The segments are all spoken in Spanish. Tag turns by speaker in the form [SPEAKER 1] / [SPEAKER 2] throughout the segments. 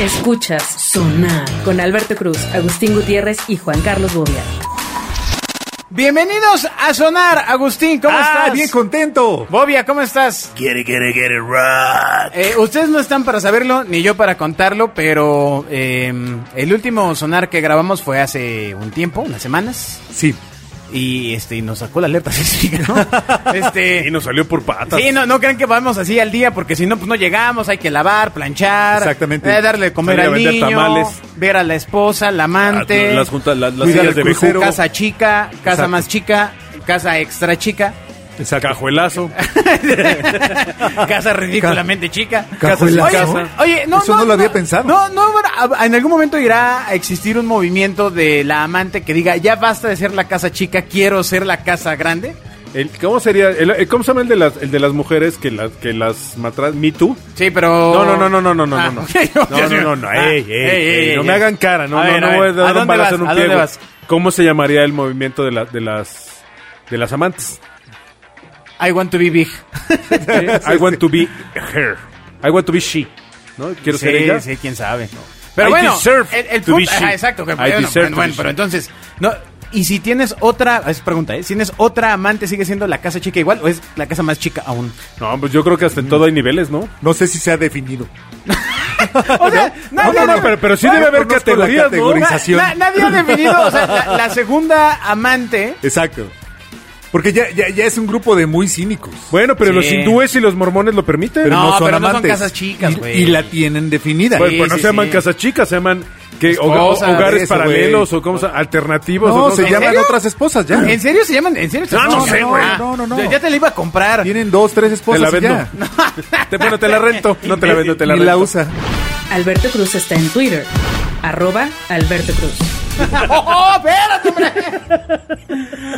[SPEAKER 1] Escuchas Sonar con Alberto Cruz, Agustín Gutiérrez y Juan Carlos Bobia.
[SPEAKER 2] Bienvenidos a Sonar, Agustín, ¿cómo
[SPEAKER 3] Ah,
[SPEAKER 2] estás?
[SPEAKER 3] bien contento.
[SPEAKER 2] Bobia, ¿cómo estás?
[SPEAKER 3] Quiere, quiere, quiere, rock.
[SPEAKER 2] Eh, ustedes no están para saberlo, ni yo para contarlo, pero eh, el último Sonar que grabamos fue hace un tiempo, unas semanas,
[SPEAKER 3] Sí.
[SPEAKER 2] y este y nos sacó la alerta sísmica, ¿no?
[SPEAKER 3] Y
[SPEAKER 2] Este,
[SPEAKER 3] nos salió por patas.
[SPEAKER 2] sí, no, no crean que vamos así al día, porque si no, pues no llegamos, hay que lavar, planchar,
[SPEAKER 3] Exactamente.
[SPEAKER 2] eh, darle de comer
[SPEAKER 3] Salir a
[SPEAKER 2] al
[SPEAKER 3] vender
[SPEAKER 2] niño,
[SPEAKER 3] tamales.
[SPEAKER 2] ver a la esposa, la amante,
[SPEAKER 4] Ah, las juntas, las, las
[SPEAKER 3] Cuidar
[SPEAKER 4] sillas
[SPEAKER 3] el
[SPEAKER 4] de
[SPEAKER 3] crucero.
[SPEAKER 4] vejero,
[SPEAKER 2] casa chica, casa
[SPEAKER 3] Exacto.
[SPEAKER 2] más chica, casa extra chica.
[SPEAKER 3] Exacto.
[SPEAKER 4] cajuelazo.
[SPEAKER 2] casa ridículamente chica.
[SPEAKER 3] Cajuela,
[SPEAKER 2] Oye,
[SPEAKER 3] casa.
[SPEAKER 2] oye, no,
[SPEAKER 3] Eso no lo había pensado.
[SPEAKER 2] No, no, bueno, a- en algún momento irá a existir un movimiento de la amante que diga, ya basta de ser la casa chica, quiero ser la casa grande.
[SPEAKER 4] El- ¿Cómo sería? El, el- ¿Cómo se llama el de las, el de las mujeres que las, que las matras? ¿Me Too?
[SPEAKER 2] Sí, pero...
[SPEAKER 4] No, no, no, no, no, no, no,
[SPEAKER 2] Ah,
[SPEAKER 4] no.
[SPEAKER 2] ok,
[SPEAKER 4] No, no, no, no,
[SPEAKER 2] Ah,
[SPEAKER 4] ey, ey, ey, no me hagan cara, no,
[SPEAKER 2] A
[SPEAKER 4] no,
[SPEAKER 2] ver,
[SPEAKER 4] no
[SPEAKER 2] a
[SPEAKER 4] voy
[SPEAKER 2] ver,
[SPEAKER 4] a
[SPEAKER 2] ¿a
[SPEAKER 4] dar un
[SPEAKER 2] dónde
[SPEAKER 4] balazo
[SPEAKER 2] vas?
[SPEAKER 4] en un
[SPEAKER 2] ¿A dónde
[SPEAKER 4] pie. güey.
[SPEAKER 2] vas?
[SPEAKER 4] ¿Cómo se llamaría el movimiento de, la, de las de las amantes?
[SPEAKER 2] I want to be big.
[SPEAKER 4] I want to be her. I want to be she. ¿No? Quiero ser ella.
[SPEAKER 2] Sí, quién sabe. Pero
[SPEAKER 4] I
[SPEAKER 2] bueno,
[SPEAKER 4] deserve
[SPEAKER 2] el, el
[SPEAKER 4] to
[SPEAKER 2] punto-
[SPEAKER 4] be she.
[SPEAKER 2] ajá, exacto. que-
[SPEAKER 4] I
[SPEAKER 2] bueno,
[SPEAKER 4] deserve to
[SPEAKER 2] bueno,
[SPEAKER 4] be
[SPEAKER 2] pero
[SPEAKER 4] she.
[SPEAKER 2] entonces, no, y si tienes otra, es pregunta, ¿eh? Si tienes otra amante, ¿sigue siendo la casa chica igual o es la casa más chica aún?
[SPEAKER 4] No, pues yo creo que hasta en todo hay niveles, ¿no?
[SPEAKER 3] No sé si se ha definido.
[SPEAKER 2] O sea,
[SPEAKER 4] No, no, no, pero, pero sí debe haber
[SPEAKER 3] Conozco la
[SPEAKER 4] categorías, ¿no?
[SPEAKER 3] categoría.
[SPEAKER 2] Na- na- nadie ha definido, o sea, la, la segunda amante.
[SPEAKER 3] Exacto. Porque ya, ya, ya es un grupo de muy cínicos.
[SPEAKER 4] Bueno, pero
[SPEAKER 2] Sí.
[SPEAKER 4] los hindúes y los mormones lo permiten.
[SPEAKER 3] pero
[SPEAKER 2] no,
[SPEAKER 3] no, son
[SPEAKER 2] pero no son
[SPEAKER 3] amantes.
[SPEAKER 2] casas chicas,
[SPEAKER 3] Y-
[SPEAKER 2] güey.
[SPEAKER 3] y, la tienen definida.
[SPEAKER 4] Pues,
[SPEAKER 2] Sí,
[SPEAKER 4] pues no
[SPEAKER 2] sí,
[SPEAKER 4] se llaman
[SPEAKER 2] sí.
[SPEAKER 4] casas chicas, se llaman que
[SPEAKER 2] Esposas,
[SPEAKER 4] hogares
[SPEAKER 3] eso,
[SPEAKER 4] paralelos o como alternativos. o
[SPEAKER 3] no,
[SPEAKER 4] cosas
[SPEAKER 3] se
[SPEAKER 4] así.
[SPEAKER 3] llaman
[SPEAKER 2] serio?
[SPEAKER 3] otras esposas ya.
[SPEAKER 2] ¿En serio se llaman? ¿En serio? se
[SPEAKER 4] No,
[SPEAKER 2] llaman? Ah,
[SPEAKER 4] no sé, güey.
[SPEAKER 3] No, no, no.
[SPEAKER 2] Ya, ya te la iba a comprar.
[SPEAKER 3] Tienen dos, tres
[SPEAKER 4] Te la
[SPEAKER 3] esposas y
[SPEAKER 4] vendo.
[SPEAKER 3] ya.
[SPEAKER 4] Te, bueno, te la rento. No te la vendo, te la
[SPEAKER 3] Ni
[SPEAKER 4] rento.
[SPEAKER 3] la usa.
[SPEAKER 1] Alberto Cruz está en Twitter, arroba Alberto Cruz.
[SPEAKER 2] ¡Oh, oh, espérate, hombre!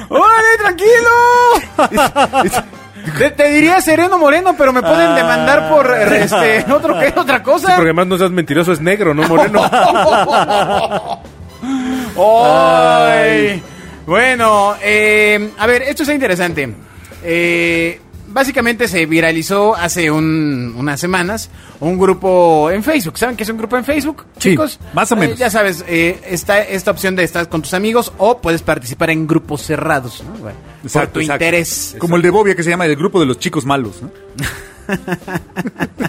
[SPEAKER 2] ¡Órale, tranquilo! Te, te diría Sereno Moreno, pero me pueden demandar por eh, este, otro que otra
[SPEAKER 4] Sí,
[SPEAKER 2] cosa.
[SPEAKER 4] porque además no seas mentiroso, es negro, no moreno.
[SPEAKER 2] Ay. Bueno, eh, a ver, esto está interesante. Eh, básicamente se viralizó hace un- unas semanas un grupo en Facebook. ¿Saben qué es un grupo en Facebook,
[SPEAKER 3] Sí,
[SPEAKER 2] chicos?
[SPEAKER 3] más o
[SPEAKER 2] Eh,
[SPEAKER 3] menos.
[SPEAKER 2] ya sabes, eh, está esta opción de estar con tus amigos o puedes participar en grupos cerrados, ¿no? Bueno, por tu
[SPEAKER 3] exacto.
[SPEAKER 2] interés.
[SPEAKER 3] Como el de Bobia que se llama el grupo de los chicos malos, ¿no?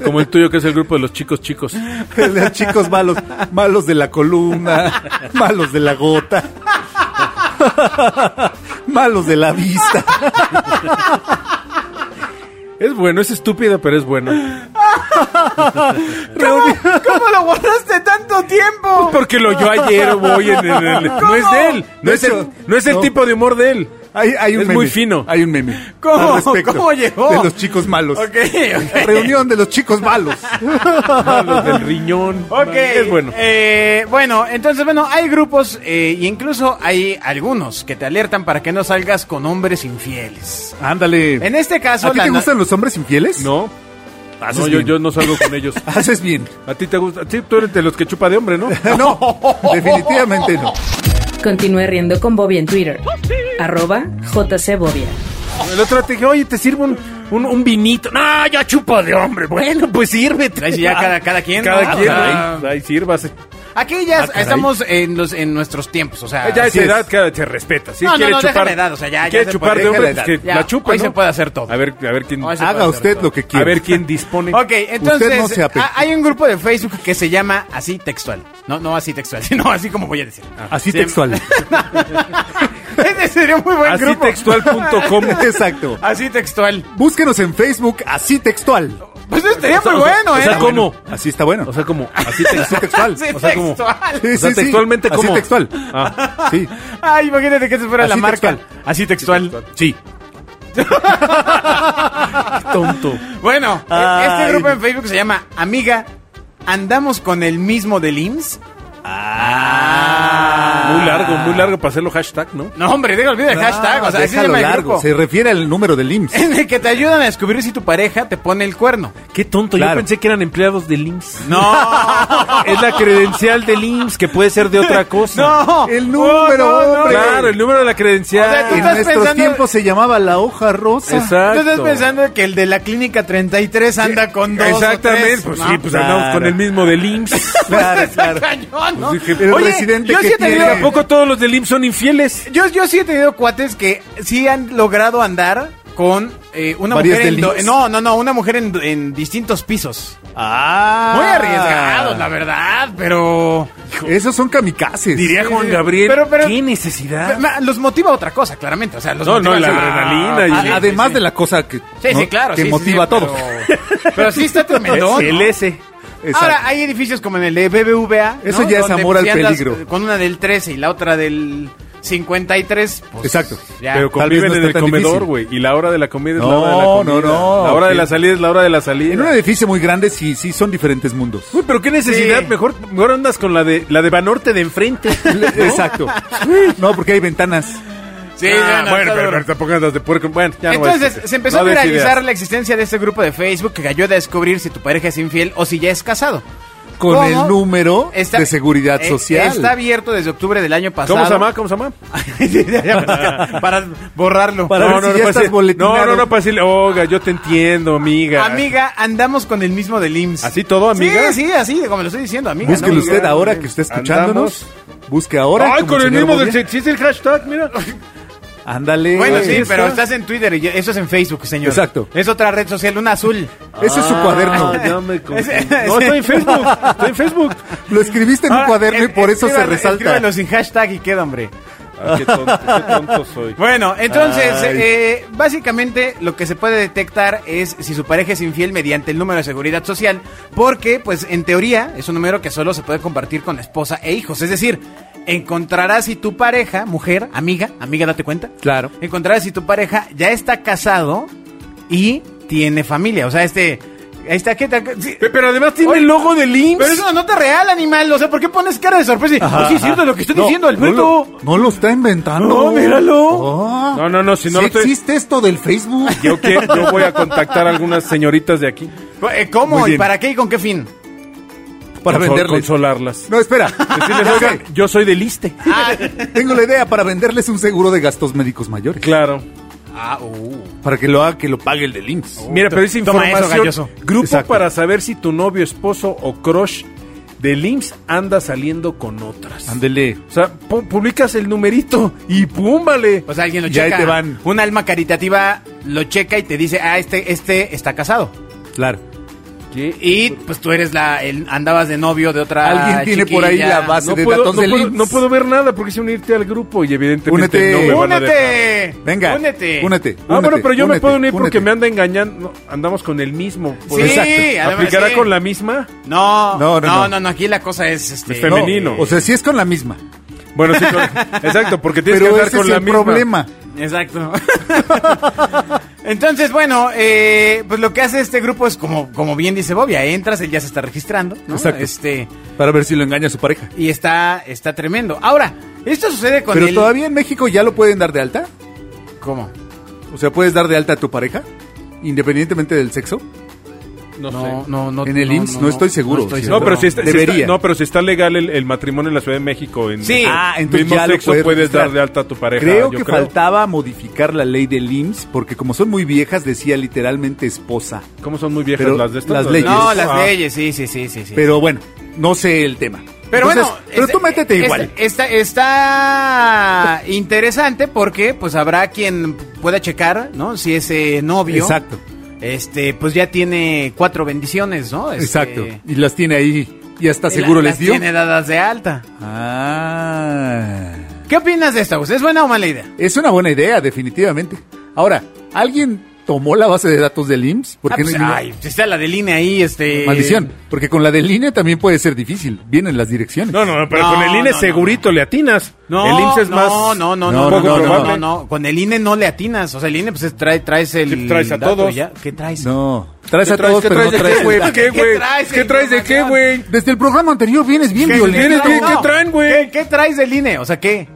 [SPEAKER 4] Como el tuyo, que es el grupo de los chicos chicos.
[SPEAKER 3] El de los chicos malos. Malos de la columna, malos de la gota, malos de la vista.
[SPEAKER 4] Es bueno, es estúpido, pero es bueno.
[SPEAKER 2] ¿Cómo, cómo lo guardaste tanto tiempo?
[SPEAKER 4] Porque lo yo ayer voy en el... en el- no es de él. No
[SPEAKER 3] De
[SPEAKER 4] es el,
[SPEAKER 3] hecho,
[SPEAKER 4] no es el
[SPEAKER 3] no.
[SPEAKER 4] tipo de humor de él.
[SPEAKER 3] Hay, hay un
[SPEAKER 4] Es
[SPEAKER 3] meme,
[SPEAKER 4] muy fino.
[SPEAKER 3] Hay un meme.
[SPEAKER 2] ¿Cómo?
[SPEAKER 3] al respecto,
[SPEAKER 2] ¿Cómo llegó?
[SPEAKER 3] De los chicos malos.
[SPEAKER 2] Ok, ok.
[SPEAKER 3] Reunión de los chicos malos.
[SPEAKER 4] Malos del riñón.
[SPEAKER 2] Ok.
[SPEAKER 4] Es bueno.
[SPEAKER 2] Eh, bueno, entonces, bueno, hay grupos eh, y incluso hay algunos que te alertan para que no salgas con hombres infieles.
[SPEAKER 3] Ándale.
[SPEAKER 2] En este caso,
[SPEAKER 3] ¿A ti
[SPEAKER 2] la
[SPEAKER 3] te
[SPEAKER 2] no-
[SPEAKER 3] gustan los hombres infieles?
[SPEAKER 4] No.
[SPEAKER 3] Haces
[SPEAKER 4] No, yo,
[SPEAKER 3] bien.
[SPEAKER 4] yo no salgo con ellos.
[SPEAKER 3] Haces bien.
[SPEAKER 4] A ti te gusta. Sí, tú eres de los que chupa de hombre, ¿no?
[SPEAKER 3] No,
[SPEAKER 4] Oh.
[SPEAKER 3] definitivamente no.
[SPEAKER 1] Continúe riendo con Bobia en Twitter, arroba JC Bobia.
[SPEAKER 4] El otro te dije, oye, te sirvo un, un, un vinito. No, yo chupo de hombre. Bueno, pues sírvete.
[SPEAKER 2] Ahí sí ya cada- cada quien,
[SPEAKER 4] Cada
[SPEAKER 2] ¿no?
[SPEAKER 4] quien. Ah,
[SPEAKER 2] O sea,
[SPEAKER 4] ahí, Eh, ahí sírvase.
[SPEAKER 2] Aquí ya
[SPEAKER 3] Ah, caray.
[SPEAKER 2] estamos en, los, en nuestros tiempos, o sea...
[SPEAKER 4] ya a
[SPEAKER 2] sí.
[SPEAKER 3] es.
[SPEAKER 4] esa edad cada- se respeta. Si
[SPEAKER 2] No, no,
[SPEAKER 4] quiere
[SPEAKER 2] no,
[SPEAKER 4] chupar,
[SPEAKER 2] déjame edad, o sea, ya-
[SPEAKER 4] si
[SPEAKER 2] ya
[SPEAKER 4] quiere
[SPEAKER 2] se
[SPEAKER 4] chupar
[SPEAKER 2] puede,
[SPEAKER 4] de hombre,
[SPEAKER 3] déjame
[SPEAKER 4] pues que
[SPEAKER 2] edad. Ya,
[SPEAKER 4] la chupa,
[SPEAKER 2] hoy
[SPEAKER 4] ¿no?
[SPEAKER 2] se puede hacer todo.
[SPEAKER 4] A ver, a ver quién,
[SPEAKER 2] Hoy se
[SPEAKER 4] a
[SPEAKER 3] Haga
[SPEAKER 2] puede hacer
[SPEAKER 3] usted
[SPEAKER 2] todo.
[SPEAKER 3] lo que quiera.
[SPEAKER 4] ver quién dispone.
[SPEAKER 2] Ok, entonces
[SPEAKER 3] Usted no se ape-
[SPEAKER 2] ha- hay un grupo de Facebook que se llama así textual. No, no así textual, sino así como voy a decir.
[SPEAKER 3] Así
[SPEAKER 2] Sí.
[SPEAKER 3] textual.
[SPEAKER 2] Ese sería un muy buen
[SPEAKER 4] Así
[SPEAKER 2] grupo.
[SPEAKER 4] textual.com.
[SPEAKER 3] Exacto.
[SPEAKER 2] Así textual.
[SPEAKER 3] Búsquenos en Facebook así textual.
[SPEAKER 2] Pues estaría muy
[SPEAKER 4] o sea,
[SPEAKER 2] bueno,
[SPEAKER 4] o
[SPEAKER 2] ¿eh?
[SPEAKER 4] sea, ¿cómo?
[SPEAKER 3] Así está bueno.
[SPEAKER 4] O sea, como así
[SPEAKER 3] así
[SPEAKER 4] te
[SPEAKER 3] textual.
[SPEAKER 2] Sí,
[SPEAKER 4] o sea, como-
[SPEAKER 2] textual.
[SPEAKER 3] Sí,
[SPEAKER 4] o sea,
[SPEAKER 3] sí, sí.
[SPEAKER 4] textualmente, ¿cómo?
[SPEAKER 3] Así textual.
[SPEAKER 4] Ah.
[SPEAKER 3] Sí.
[SPEAKER 2] Ay, imagínate que esa fuera
[SPEAKER 3] Así
[SPEAKER 2] la marca.
[SPEAKER 3] textual.
[SPEAKER 2] Así textual.
[SPEAKER 3] Sí.
[SPEAKER 4] tonto.
[SPEAKER 2] Bueno, e-
[SPEAKER 3] Ay.
[SPEAKER 2] este grupo en Facebook se llama Amiga. Andamos con el mismo del IMSS.
[SPEAKER 4] Ah.
[SPEAKER 3] Muy largo, muy largo para hacerlo hashtag, ¿no?
[SPEAKER 2] No, hombre, deja olvidar el hashtag. O sea, así se
[SPEAKER 3] Ah, déjalo
[SPEAKER 2] llama el
[SPEAKER 3] largo.
[SPEAKER 2] grupo.
[SPEAKER 3] Se refiere al número del IMSS.
[SPEAKER 2] En el que te ayudan a descubrir si tu pareja te pone el cuerno.
[SPEAKER 4] Qué tonto, yo
[SPEAKER 3] Claro.
[SPEAKER 4] pensé que eran empleados del IMSS.
[SPEAKER 2] No.
[SPEAKER 4] Es la credencial del IMSS, que puede ser de otra cosa.
[SPEAKER 2] No.
[SPEAKER 3] El número,
[SPEAKER 2] No, no, no.
[SPEAKER 3] hombre.
[SPEAKER 4] Oh, Claro, el número de la credencial.
[SPEAKER 2] O sea, tú
[SPEAKER 3] En
[SPEAKER 2] estás
[SPEAKER 3] nuestros
[SPEAKER 2] pensando-
[SPEAKER 3] tiempos se llamaba la hoja rosa.
[SPEAKER 4] Exacto.
[SPEAKER 2] ¿Tú estás pensando que el de la clínica 33 anda con dos o
[SPEAKER 4] Exactamente,
[SPEAKER 2] tres?
[SPEAKER 4] pues
[SPEAKER 2] No.
[SPEAKER 4] sí, pues
[SPEAKER 3] Claro.
[SPEAKER 4] andamos con el mismo del IMSS.
[SPEAKER 3] Claro, claro.
[SPEAKER 2] Cañón, ¿no?
[SPEAKER 3] Pues dije, el residente
[SPEAKER 2] yo
[SPEAKER 3] que
[SPEAKER 2] sí he
[SPEAKER 3] tiene-
[SPEAKER 2] tenido...
[SPEAKER 4] ¿A poco todos los del IMSS son infieles?
[SPEAKER 2] Yo, yo sí he tenido cuates que sí han logrado andar con eh, una
[SPEAKER 3] Varias
[SPEAKER 2] mujer en
[SPEAKER 3] del
[SPEAKER 2] do-
[SPEAKER 3] Ix.
[SPEAKER 2] no no no una mujer en, en distintos pisos
[SPEAKER 3] Ah.
[SPEAKER 2] muy arriesgado la verdad pero
[SPEAKER 3] Esos son kamikazes.
[SPEAKER 4] Diría
[SPEAKER 2] Sí,
[SPEAKER 4] Juan
[SPEAKER 2] sí.
[SPEAKER 4] Gabriel.
[SPEAKER 2] Pero- pero-
[SPEAKER 4] ¿Qué necesidad?
[SPEAKER 2] Ma- los motiva otra cosa claramente o sea los
[SPEAKER 4] No,
[SPEAKER 2] motiva
[SPEAKER 4] no, la
[SPEAKER 2] su-
[SPEAKER 4] adrenalina y-
[SPEAKER 3] A-
[SPEAKER 4] Sí,
[SPEAKER 3] Además
[SPEAKER 2] sí.
[SPEAKER 3] de la cosa que,
[SPEAKER 2] sí sí
[SPEAKER 3] ¿no?
[SPEAKER 2] claro
[SPEAKER 3] que
[SPEAKER 2] sí, sí,
[SPEAKER 3] motiva
[SPEAKER 2] sí,
[SPEAKER 3] a todos.
[SPEAKER 2] pero, pero sí está tremendo ¿no?
[SPEAKER 4] el S.
[SPEAKER 3] Exacto.
[SPEAKER 2] Ahora, hay edificios como en el de BBVA.
[SPEAKER 3] Eso ya es
[SPEAKER 2] Donde,
[SPEAKER 3] amor
[SPEAKER 2] pues,
[SPEAKER 3] al
[SPEAKER 2] si andas,
[SPEAKER 3] peligro.
[SPEAKER 2] eh, Con una del 13 y la otra del 53. Pues,
[SPEAKER 3] Exacto.
[SPEAKER 2] ya.
[SPEAKER 3] Pero
[SPEAKER 4] Pero
[SPEAKER 3] con- tal vez
[SPEAKER 4] conviven
[SPEAKER 3] no
[SPEAKER 4] en
[SPEAKER 3] está
[SPEAKER 4] el
[SPEAKER 3] tan
[SPEAKER 4] comedor,
[SPEAKER 3] difícil.
[SPEAKER 4] güey. Y la hora de la comida es la
[SPEAKER 3] No,
[SPEAKER 4] hora de la comida.
[SPEAKER 3] no, no.
[SPEAKER 4] La hora de
[SPEAKER 3] Ok.
[SPEAKER 4] la salida es la hora de la salida.
[SPEAKER 3] En un edificio muy grande sí, sí son diferentes mundos.
[SPEAKER 4] Uy, pero qué necesidad.
[SPEAKER 2] Sí.
[SPEAKER 4] Mejor, mejor andas con la de la de Banorte de enfrente.
[SPEAKER 3] Le- Exacto. No, porque hay ventanas.
[SPEAKER 2] Sí,
[SPEAKER 4] Ah,
[SPEAKER 2] ya no,
[SPEAKER 4] bueno,
[SPEAKER 2] está
[SPEAKER 4] pero,
[SPEAKER 2] duro.
[SPEAKER 4] pero tampoco andas de puerco. Bueno, ya no voy a
[SPEAKER 2] Entonces,
[SPEAKER 4] discutir.
[SPEAKER 2] se empezó
[SPEAKER 4] No
[SPEAKER 2] a
[SPEAKER 4] des
[SPEAKER 2] viralizar
[SPEAKER 4] ideas.
[SPEAKER 2] la existencia de este grupo de Facebook que ayuda a descubrir si tu pareja es infiel o si ya es casado.
[SPEAKER 3] Con
[SPEAKER 2] ¿Cómo?
[SPEAKER 3] el número de seguridad
[SPEAKER 2] eh,
[SPEAKER 3] social.
[SPEAKER 2] Está abierto desde octubre del año pasado.
[SPEAKER 4] ¿Cómo se llama? ¿Cómo se llama?
[SPEAKER 2] llama? Para borrarlo.
[SPEAKER 3] Para ver si ya
[SPEAKER 4] para
[SPEAKER 3] estás
[SPEAKER 4] decir-
[SPEAKER 3] boletinado.
[SPEAKER 4] No, no, no, para decirle, oiga, yo te entiendo, amiga.
[SPEAKER 2] Amiga, andamos con el mismo del IMSS.
[SPEAKER 4] ¿Así todo, amiga?
[SPEAKER 2] Sí, sí, así, como lo estoy diciendo, amiga.
[SPEAKER 3] Búsquelo
[SPEAKER 2] ¿no?
[SPEAKER 3] usted ahora que está escuchándonos. Busque ahora.
[SPEAKER 4] Ay,
[SPEAKER 3] como
[SPEAKER 4] con el
[SPEAKER 3] señor
[SPEAKER 4] mismo del...
[SPEAKER 3] Bobia.
[SPEAKER 4] Si es el hashtag, mira.
[SPEAKER 3] Ándale.
[SPEAKER 2] Bueno,
[SPEAKER 3] Ahí
[SPEAKER 2] sí,
[SPEAKER 3] está.
[SPEAKER 2] pero estás en Twitter y eso es en Facebook, señor.
[SPEAKER 3] Exacto.
[SPEAKER 2] Es otra red social, una azul.
[SPEAKER 3] Ese es su cuaderno.
[SPEAKER 4] Ah, ya me confundí.
[SPEAKER 2] Ese-
[SPEAKER 4] No, estoy en Facebook. Estoy en Facebook.
[SPEAKER 3] Lo escribiste en un
[SPEAKER 4] Ah,
[SPEAKER 2] Ahora,
[SPEAKER 3] cuaderno y
[SPEAKER 2] eh,
[SPEAKER 3] por eso se
[SPEAKER 2] escríbalo-
[SPEAKER 3] resalta.
[SPEAKER 2] escríbalo sin hashtag y queda, hombre.
[SPEAKER 4] Ay, qué tonto, qué tonto soy.
[SPEAKER 2] Bueno, entonces,
[SPEAKER 3] Ay.
[SPEAKER 2] eh, básicamente lo que se puede detectar es si su pareja es infiel mediante el número de seguridad social, porque, pues, en teoría es un número que solo se puede compartir con esposa e hijos. Es decir, encontrarás si tu pareja, mujer, amiga, amiga, date cuenta.
[SPEAKER 3] Claro.
[SPEAKER 2] Encontrarás si tu pareja ya está casado y tiene familia. O sea, este. Ahí está, ¿qué tal? Sí,
[SPEAKER 4] Pe- Pero además tiene
[SPEAKER 2] Oye,
[SPEAKER 4] el logo del IMSS.
[SPEAKER 2] Pero es una nota real, animal. O sea, ¿por qué pones cara de sorpresa? y, "Oye, sí, es cierto lo que estoy diciendo, Alberto.
[SPEAKER 3] No lo, no lo está inventando.
[SPEAKER 4] No, míralo.
[SPEAKER 3] Oh.
[SPEAKER 4] No, no, no, si no
[SPEAKER 3] Sí
[SPEAKER 4] lo estoy-
[SPEAKER 3] existe esto del Facebook.
[SPEAKER 4] Yo, que, yo voy a contactar a algunas señoritas de aquí.
[SPEAKER 2] Eh,
[SPEAKER 3] Muy
[SPEAKER 2] ¿Cómo? ¿Y
[SPEAKER 3] bien.
[SPEAKER 2] para qué y con qué fin?
[SPEAKER 3] Para
[SPEAKER 4] Consol-
[SPEAKER 3] venderles.
[SPEAKER 4] Consolarlas.
[SPEAKER 3] No, espera.
[SPEAKER 4] Decirles,
[SPEAKER 3] Ya
[SPEAKER 4] "Oigan,
[SPEAKER 3] sé,
[SPEAKER 4] yo soy del ISTE.
[SPEAKER 3] Tengo la idea para venderles un seguro de gastos médicos mayores.
[SPEAKER 4] Claro.
[SPEAKER 2] Ah, uh.
[SPEAKER 3] Para que lo haga, que lo pague el del IMSS.
[SPEAKER 4] Mira, pero es
[SPEAKER 2] Toma eso,
[SPEAKER 4] información.
[SPEAKER 2] galloso.
[SPEAKER 4] grupo
[SPEAKER 3] Exacto.
[SPEAKER 4] para saber si tu novio, esposo o crush del IMSS anda saliendo con otras.
[SPEAKER 3] Ándele.
[SPEAKER 4] O sea, pu- publicas el numerito y pum, vale.
[SPEAKER 2] O sea, alguien lo
[SPEAKER 3] Y ahí
[SPEAKER 2] checa.
[SPEAKER 3] te van.
[SPEAKER 2] Un alma caritativa lo checa y te dice, ah, este, este está casado.
[SPEAKER 3] Claro.
[SPEAKER 2] Y pues tú eres la, el- andabas de novio de otra.
[SPEAKER 3] Alguien tiene por ahí
[SPEAKER 2] chiquilla.
[SPEAKER 3] la base
[SPEAKER 4] No
[SPEAKER 3] de
[SPEAKER 4] puedo,
[SPEAKER 3] datos
[SPEAKER 4] no
[SPEAKER 3] del
[SPEAKER 4] puedo-
[SPEAKER 3] IMSS.
[SPEAKER 4] no puedo ver nada porque si unirte al grupo y evidentemente
[SPEAKER 3] Únete.
[SPEAKER 4] no me van a dejar.
[SPEAKER 2] Únete.
[SPEAKER 3] Venga.
[SPEAKER 2] Únete.
[SPEAKER 3] Únete.
[SPEAKER 4] Ah, bueno, pero yo me
[SPEAKER 3] únete,
[SPEAKER 4] puedo unir porque
[SPEAKER 3] únete.
[SPEAKER 4] me anda engañando. No, andamos con el mismo. pues.
[SPEAKER 2] Sí, además,
[SPEAKER 4] ¿Aplicará
[SPEAKER 2] sí.
[SPEAKER 4] con la misma?
[SPEAKER 2] No no no,
[SPEAKER 3] No, no,
[SPEAKER 2] no,
[SPEAKER 3] no.
[SPEAKER 2] Aquí la cosa es este,
[SPEAKER 4] Es femenino.
[SPEAKER 3] No, o sea, sí es con la misma.
[SPEAKER 4] Bueno, sí, con- exacto, porque tienes
[SPEAKER 3] Pero
[SPEAKER 4] que andar
[SPEAKER 3] ese
[SPEAKER 4] con
[SPEAKER 3] es
[SPEAKER 4] la
[SPEAKER 3] el
[SPEAKER 4] misma.
[SPEAKER 3] problema.
[SPEAKER 2] Exacto. Entonces, bueno, eh, pues lo que hace este grupo es como, como bien dice Bobia, entras, él ya se está registrando, ¿no?
[SPEAKER 3] Exacto.
[SPEAKER 2] Este,
[SPEAKER 3] Para ver si lo engaña a su pareja.
[SPEAKER 2] y está, está tremendo. Ahora, esto sucede con
[SPEAKER 3] Pero
[SPEAKER 2] el-
[SPEAKER 3] todavía en México ya lo pueden dar de alta.
[SPEAKER 2] ¿Cómo?
[SPEAKER 3] O sea, puedes dar de alta a tu pareja, independientemente del sexo.
[SPEAKER 4] No,
[SPEAKER 2] No,
[SPEAKER 4] sé.
[SPEAKER 2] no, no.
[SPEAKER 3] En el IMSS no estoy seguro, sí.
[SPEAKER 4] No, pero si está, si
[SPEAKER 3] Debería.
[SPEAKER 4] está- no, pero si está legal el, el matrimonio en la Ciudad de México en
[SPEAKER 2] Sí.
[SPEAKER 3] Ah,
[SPEAKER 4] en
[SPEAKER 3] entonces
[SPEAKER 4] mismo
[SPEAKER 3] ya lo
[SPEAKER 4] sexo
[SPEAKER 3] puedes
[SPEAKER 4] puedes, dar
[SPEAKER 3] registrar.
[SPEAKER 4] de alta a tu pareja.
[SPEAKER 3] creo
[SPEAKER 4] yo
[SPEAKER 3] que faltaba modificar la ley del IMSS porque como son muy viejas decía literalmente esposa.
[SPEAKER 4] ¿Cómo son muy viejas
[SPEAKER 3] Pero
[SPEAKER 4] las de estas?
[SPEAKER 3] las
[SPEAKER 4] de-
[SPEAKER 3] leyes.
[SPEAKER 2] No, las
[SPEAKER 4] Ah.
[SPEAKER 2] leyes, sí, sí, sí, sí. sí.
[SPEAKER 3] Pero bueno, no sé el tema.
[SPEAKER 2] Pero
[SPEAKER 3] Entonces,
[SPEAKER 2] bueno,
[SPEAKER 3] pero
[SPEAKER 2] este-
[SPEAKER 3] tú métete
[SPEAKER 2] este-
[SPEAKER 3] igual.
[SPEAKER 2] Está, está interesante porque pues habrá quien pueda checar, ¿no? Si ese novio.
[SPEAKER 3] Exacto.
[SPEAKER 2] Este, pues ya tiene cuatro bendiciones, ¿no? Este,
[SPEAKER 3] Exacto. Y las tiene ahí. Y hasta seguro
[SPEAKER 2] la-
[SPEAKER 3] les
[SPEAKER 2] las
[SPEAKER 3] dio.
[SPEAKER 2] Tiene dadas de alta.
[SPEAKER 3] Ah.
[SPEAKER 2] ¿Qué opinas de esta? Gus? ¿Es buena o mala idea?
[SPEAKER 3] Es una buena idea, definitivamente. Ahora, alguien tomó la base de datos del IMSS.
[SPEAKER 2] Ah,
[SPEAKER 3] Porque
[SPEAKER 2] pues,
[SPEAKER 3] no-
[SPEAKER 2] ay, pues está la del INE ahí, este...
[SPEAKER 3] Maldición, porque con la del INE también puede ser difícil. Vienen las direcciones.
[SPEAKER 4] No, no, no, pero
[SPEAKER 2] No,
[SPEAKER 4] con el INE
[SPEAKER 2] no, no.
[SPEAKER 4] segurito le atinas.
[SPEAKER 2] No,
[SPEAKER 4] el IMSS es
[SPEAKER 2] no,
[SPEAKER 4] más.
[SPEAKER 2] no, no, no, no,
[SPEAKER 3] No,
[SPEAKER 2] no,
[SPEAKER 4] poco
[SPEAKER 2] no, no,
[SPEAKER 4] probable.
[SPEAKER 2] no. Con el INE no le atinas. O sea, el INE pues es- trae, traes el.
[SPEAKER 4] Sí, traes a
[SPEAKER 2] dato
[SPEAKER 4] todos.
[SPEAKER 2] ya. ¿Qué traes?
[SPEAKER 3] No. Traes
[SPEAKER 4] ¿Qué
[SPEAKER 3] a todos,
[SPEAKER 4] traes, qué
[SPEAKER 3] pero no
[SPEAKER 4] traes de
[SPEAKER 3] traes.
[SPEAKER 4] qué, güey? ¿Qué,
[SPEAKER 2] ¿Qué
[SPEAKER 4] güey?
[SPEAKER 2] traes de
[SPEAKER 4] ¿Qué traes de qué,
[SPEAKER 2] información?
[SPEAKER 4] güey?
[SPEAKER 3] Desde el programa anterior vienes bien
[SPEAKER 4] ¿Qué
[SPEAKER 3] violento.
[SPEAKER 4] vienes bien? Pues, ¿Qué traen, güey?
[SPEAKER 2] ¿Qué, qué traes del INE? O sea, ¿qué?